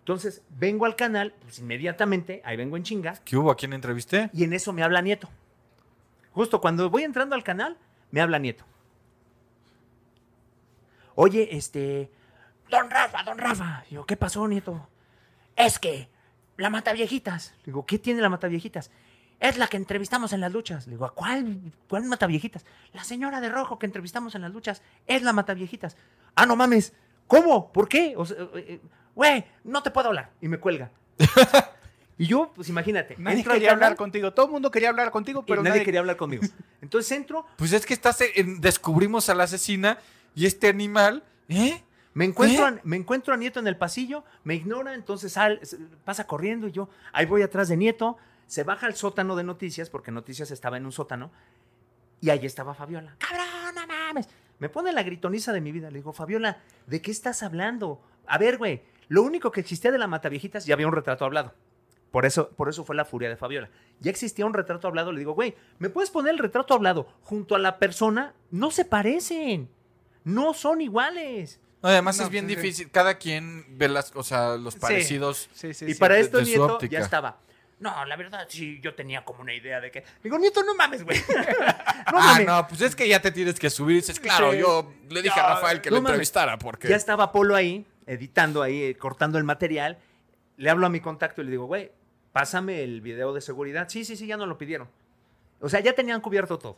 Entonces, vengo al canal, pues inmediatamente, ahí vengo en chinga, ¿Qué hubo? ¿A quién entrevisté? y en eso me habla Nieto. Justo cuando voy entrando al canal, me habla Nieto. Oye, este. Don Rafa, don Rafa. Digo, ¿qué pasó, Nieto? Es que la mata viejitas. Digo, ¿qué tiene la mata viejitas? Es la que entrevistamos en las luchas. Digo, ¿a cuál, cuál mata viejitas? La señora de rojo que entrevistamos en las luchas es la mata viejitas. Ah, no mames. ¿Cómo? ¿Por qué? O sea, eh, eh, güey, no te puedo hablar. Y me cuelga. y yo, pues imagínate. Nadie entro al quería hablar canal- contigo. Todo el mundo quería hablar contigo, pero pero nadie, quería hablar conmigo. Entonces entro, Pues es que estás en- descubrimos a la asesina y este animal, ¿eh? me encuentro, ¿Eh? a, me encuentro a Nieto en el pasillo, me ignora, entonces sal- s- pasa corriendo y yo ahí voy atrás de Nieto, se baja al sótano de Noticias, porque Noticias estaba en un sótano, y ahí estaba Fabiola. ¡Cabrón, no mames! Me pone la gritoniza de mi vida. Le digo, Fabiola, ¿de qué estás hablando? A ver, güey, lo único que existía de la Mataviejitas ya había un retrato hablado. Por eso, por eso fue la furia de Fabiola. Ya existía un retrato hablado. Le digo, güey, ¿me puedes poner el retrato hablado junto a la persona? No se parecen. No son iguales. No, además No, es bien pues, sí, sí. difícil. Cada quien ve las, o sea, los parecidos. Sí, sí, y sí. para de- esto de su Nieto óptica. ya estaba. No, la verdad, sí, yo tenía como una idea de que. Digo, Nieto, no mames, güey. no ah, mames. no, pues es que ya te tienes que subir y dices, claro, Sí. yo le dije a Rafael que no lo mames. entrevistara porque... Ya estaba Polo ahí, editando ahí, eh, cortando el material. Le hablo a mi contacto y le digo, güey, pásame el video de seguridad. Sí, sí, sí, ya no lo pidieron. O sea, ya tenían cubierto todo.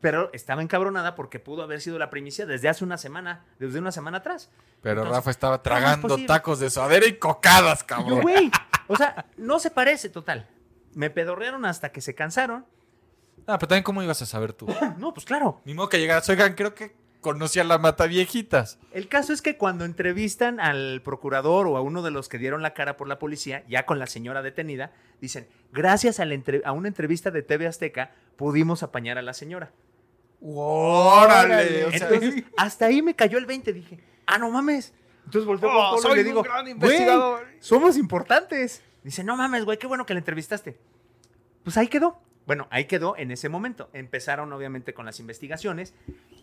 Pero estaba encabronada porque pudo haber sido la primicia desde hace una semana, desde una semana atrás. Pero Entonces, Rafa ¿cómo es estaba tragando posible? tacos de suadera y cocadas, Y yo, cabrón. güey, o sea, no se parece, total. Me pedorrearon hasta que se cansaron. Ah, pero también cómo ibas a saber tú. No, pues claro. Ni modo que llegaras, oigan, creo que conocí a la mata viejitas. El caso es que cuando entrevistan al procurador o a uno de los que dieron la cara por la policía, ya con la señora detenida, dicen, gracias a, la entre- a una entrevista de TV Azteca pudimos apañar a la señora. ¡Órale! O sea, Entonces, hasta ahí me cayó el 20, dije, ah, no mames. Entonces volteo con Oh, Polo soy y le un digo, gran "Güey, investigador". somos importantes. Dice, no mames, güey, qué bueno que la entrevistaste. Pues ahí quedó. Bueno, ahí quedó en ese momento. Empezaron obviamente con las investigaciones.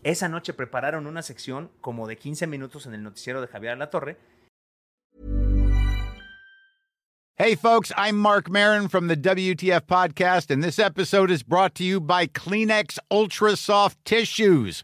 Esa noche prepararon una sección como de 15 minutos en el noticiero de Javier Alatorre, Hey, folks, I'm Mark Marin from the WTF Podcast, and this episode is brought to you by Kleenex Ultra Soft Tissues,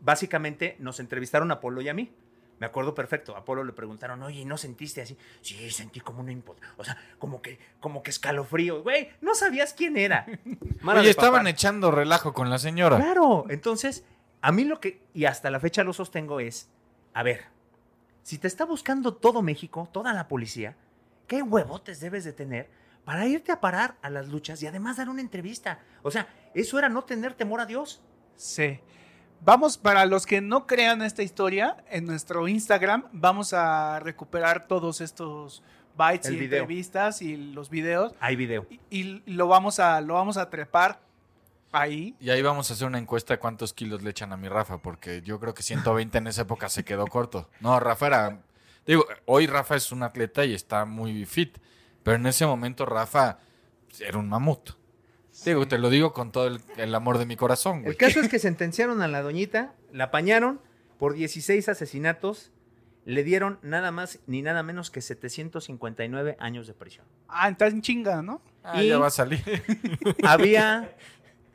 básicamente nos entrevistaron a Apolo y a mí. Me acuerdo perfecto. A Apolo le preguntaron, oye, ¿no sentiste así? Sí, sentí como una impo- O sea, como que, como que escalofrío. Güey, no sabías quién era. Mara oye, de estaban papá. echando relajo con la señora. Claro. Entonces, a mí lo que, y hasta la fecha lo sostengo es, a ver, si te está buscando todo México, toda la policía, ¿qué huevotes debes de tener para irte a parar a las luchas y además dar una entrevista? O sea, eso era no tener temor a Dios. Sí. Vamos, para los que no crean esta historia, en nuestro Instagram vamos a recuperar todos estos bytes El y video. entrevistas y los videos Hay video. y, y lo, vamos a, lo vamos a trepar ahí. Y ahí vamos a hacer una encuesta de cuántos kilos le echan a mi Rafa, porque yo creo que 120 en esa época se quedó corto. No, Rafa era... Digo, hoy Rafa es un atleta y está muy fit, pero en ese momento Rafa era un mamut. Digo, te lo digo con todo el, el amor de mi corazón, El güey. caso es que sentenciaron a la doñita, la apañaron por 16 asesinatos, le dieron nada más ni nada menos que 759 años de prisión. Ah, está en chinga, ¿no? Ah, y- ya va a salir. Había,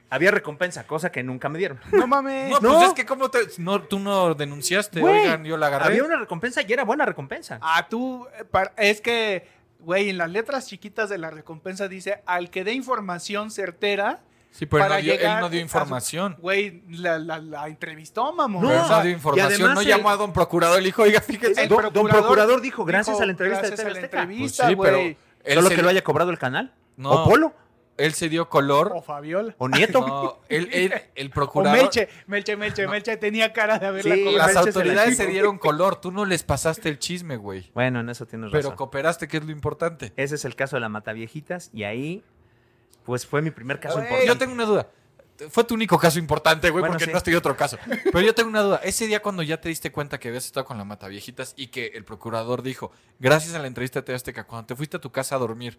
había recompensa, cosa que nunca me dieron. No mames. No, No. pues es que cómo te... No, tú no denunciaste, Güey, oigan, yo la agarré. Había una recompensa y era buena recompensa. Ah, tú, eh, para- es que Güey, en las letras chiquitas de la recompensa dice, al que dé información certera, Sí, pero él para no dio, él llegar no a dio su- información. güey, la, la- la entrevistó, mamón. No, O sea, no dio información. además No el- llamó a don procurador. Le dijo, oiga, fíjese. el don- don procurador dijo, "Gracias a la entrevista de Gracias a TV la Azteca". entrevista, Pues sí, pero- güey. él Solo se- que lo haya cobrado el canal. No. O Polo. Él se dio color. O Fabiola. O Nieto. No, él, él- el O procurador. Melche. Melche, Melche, Melche tenía cara de haberla Sí, cobrado. Las Melche se la autoridades chingó. se dieron color. Tú no les pasaste el chisme, güey. Bueno, en eso tienes Pero razón. cooperaste, que es lo importante. Ese es el caso de la Mataviejitas y ahí, pues fue mi primer caso Güey, importante. Yo tengo una duda. Fue tu único caso importante, güey, Bueno, porque sí. no estoy otro caso. Pero yo tengo una duda. Ese día cuando ya te diste cuenta que habías estado con la Mataviejitas y que el procurador dijo, gracias a la entrevista de TV Azteca, cuando te fuiste a tu casa a dormir,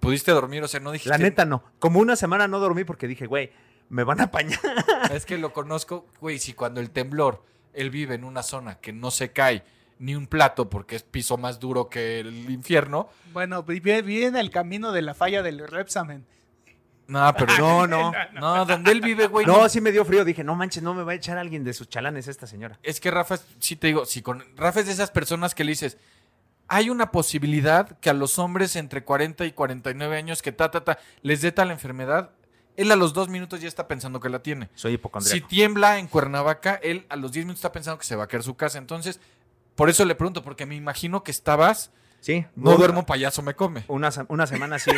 ¿pudiste dormir? O sea, no dijiste... La neta no. Como una semana no dormí porque dije, güey, me van a apañar. Es que lo conozco, güey, si cuando el temblor, él vive en una zona que no se cae ni un plato porque es piso más duro que el infierno. Bueno, vi- vi- viene el camino de la falla del Repsamen. No, pero Ah, no, no. No, donde él vive, güey. No, sí me dio frío. Dije, no manches, no me va a echar alguien de sus chalanes esta señora. Es que Rafa, es- sí te digo, si con Rafa es de esas personas que le dices, hay una posibilidad que a los hombres entre 40 y 49 años que ta, ta, ta, les dé tal enfermedad, él a los dos minutos ya está pensando que la tiene. Soy Si hipocondríaco. tiembla en Cuernavaca, él a los 10 minutos está pensando que se va a caer su casa. Entonces, por eso le pregunto, porque me imagino que estabas, Sí. no una- duermo, payaso me come. Una, se- una semana sí.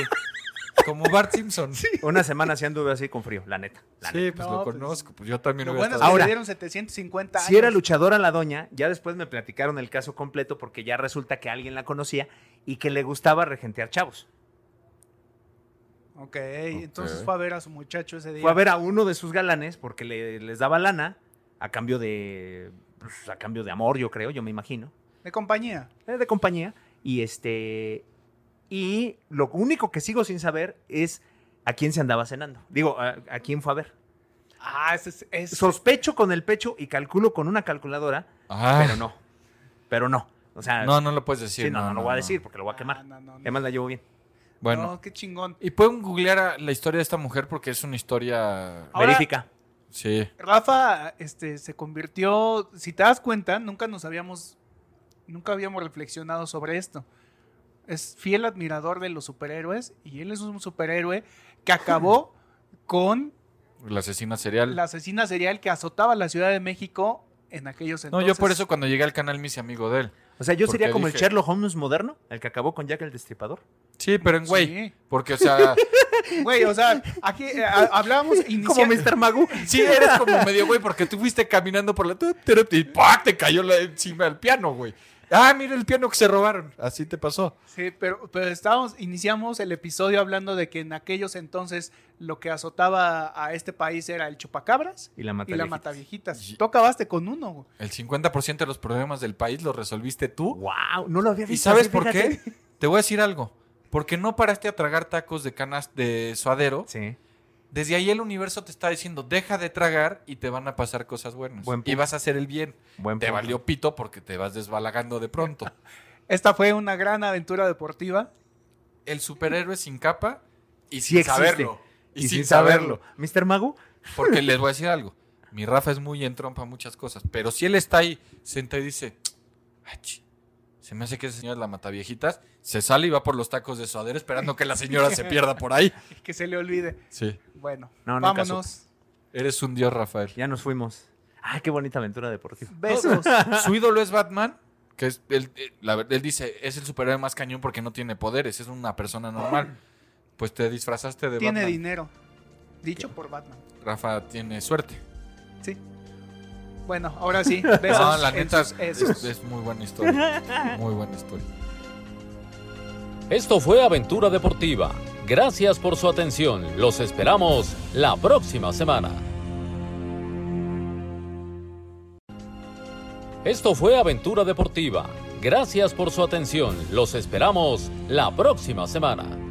Como Bart Simpson. Sí, una semana sí anduve así con frío, la neta. la neta. pues No, lo pues, conozco, pues yo también Lo hubiera bueno es que estado- Ahora, le dieron 750 años. Si era luchadora la doña, ya después me platicaron el caso completo porque ya resulta que alguien la conocía y que le gustaba regentear chavos. Ok, entonces fue a ver a su muchacho ese día. Fue a ver a uno de sus galanes porque le- les daba lana a cambio de pues, a cambio de amor, yo creo, yo me imagino, De compañía. eh, de compañía y este y lo único que sigo sin saber es a quién se andaba cenando. Digo, a, a quién fue a ver. Ah, ese es... es- Sospecho con el pecho y calculo con una calculadora, Ah, pero no. Pero no. O sea, No, no lo puedes decir. sí, no, no, lo voy a decir porque lo voy a Ah, quemar. Em, no, no, no. Además la llevo bien. Bueno. No, qué chingón. Y pueden googlear a la historia de esta mujer porque es una historia. Ahora- Verifica. Sí. Rafa este, se convirtió, si te das cuenta, nunca nos habíamos, nunca habíamos reflexionado sobre esto. Es fiel admirador de los superhéroes y él es un superhéroe que acabó con La asesina serial. la asesina serial que azotaba la Ciudad de México en aquellos no, entonces. yo por eso cuando llegué al canal me hice amigo de él. O sea, yo Porque sería como el dije- Sherlock Holmes moderno, el que acabó con Jack el Destripador. Sí, pero en güey. Sí. Porque, o sea. Güey, o sea, aquí eh, a- hablábamos Como inicial- Mr. Magoo. sí, eres como medio güey porque tú fuiste caminando por la. tu- tu- Y ¡pac! te cayó la- encima el piano, güey. Ah, mira el piano que se robaron. Así te pasó. Sí, pero, pero estábamos, iniciamos el episodio hablando de que en aquellos entonces lo que azotaba a este país era el chupacabras Y la mata. y la mataviejitas. Tú acabaste con uno. güey. El 50% de los problemas del país los resolviste tú. Wow, no lo había visto. ¿Y sabes así, por fíjate. qué? Te voy a decir algo. Porque no paraste a tragar tacos de canas de suadero. Sí. Desde ahí el universo te está diciendo, deja de tragar y te van a pasar cosas buenas. Buen punto. y vas a hacer el bien. Buen Te punto. valió pito porque te vas desbalagando de pronto. Esta fue una gran aventura deportiva. El superhéroe sin capa y Sí sin existe. saberlo. Y, sin, saberlo. Mr. Magoo, Porque les voy a decir algo. Mi Rafa es muy en trompa muchas cosas. Pero si él está ahí sentado y dice, "Ay, chi, se me hace que esa señora es la mata viejitas, se sale y va por los tacos de suadero esperando que la señora se pierda por ahí. Que se le olvide. Sí. Bueno, No, nunca vámonos. Eres un dios, Rafael. ya nos fuimos. Ah, qué bonita aventura deportiva. Besos. su ídolo es Batman, que es él, eh, la ver- él dice, es el superhéroe más cañón porque no tiene poderes, es una persona normal. Pues te disfrazaste de Tiene Batman. dinero. Dicho por Batman. Rafa tiene suerte. Sí. Bueno, ahora sí. Besos. No, la en neta sus es, esos. es muy buena historia. Muy buena historia. Esto fue Aventura Deportiva. Gracias por su atención. Los esperamos la próxima semana. Esto fue Aventura Deportiva. Gracias por su atención. Los esperamos la próxima semana.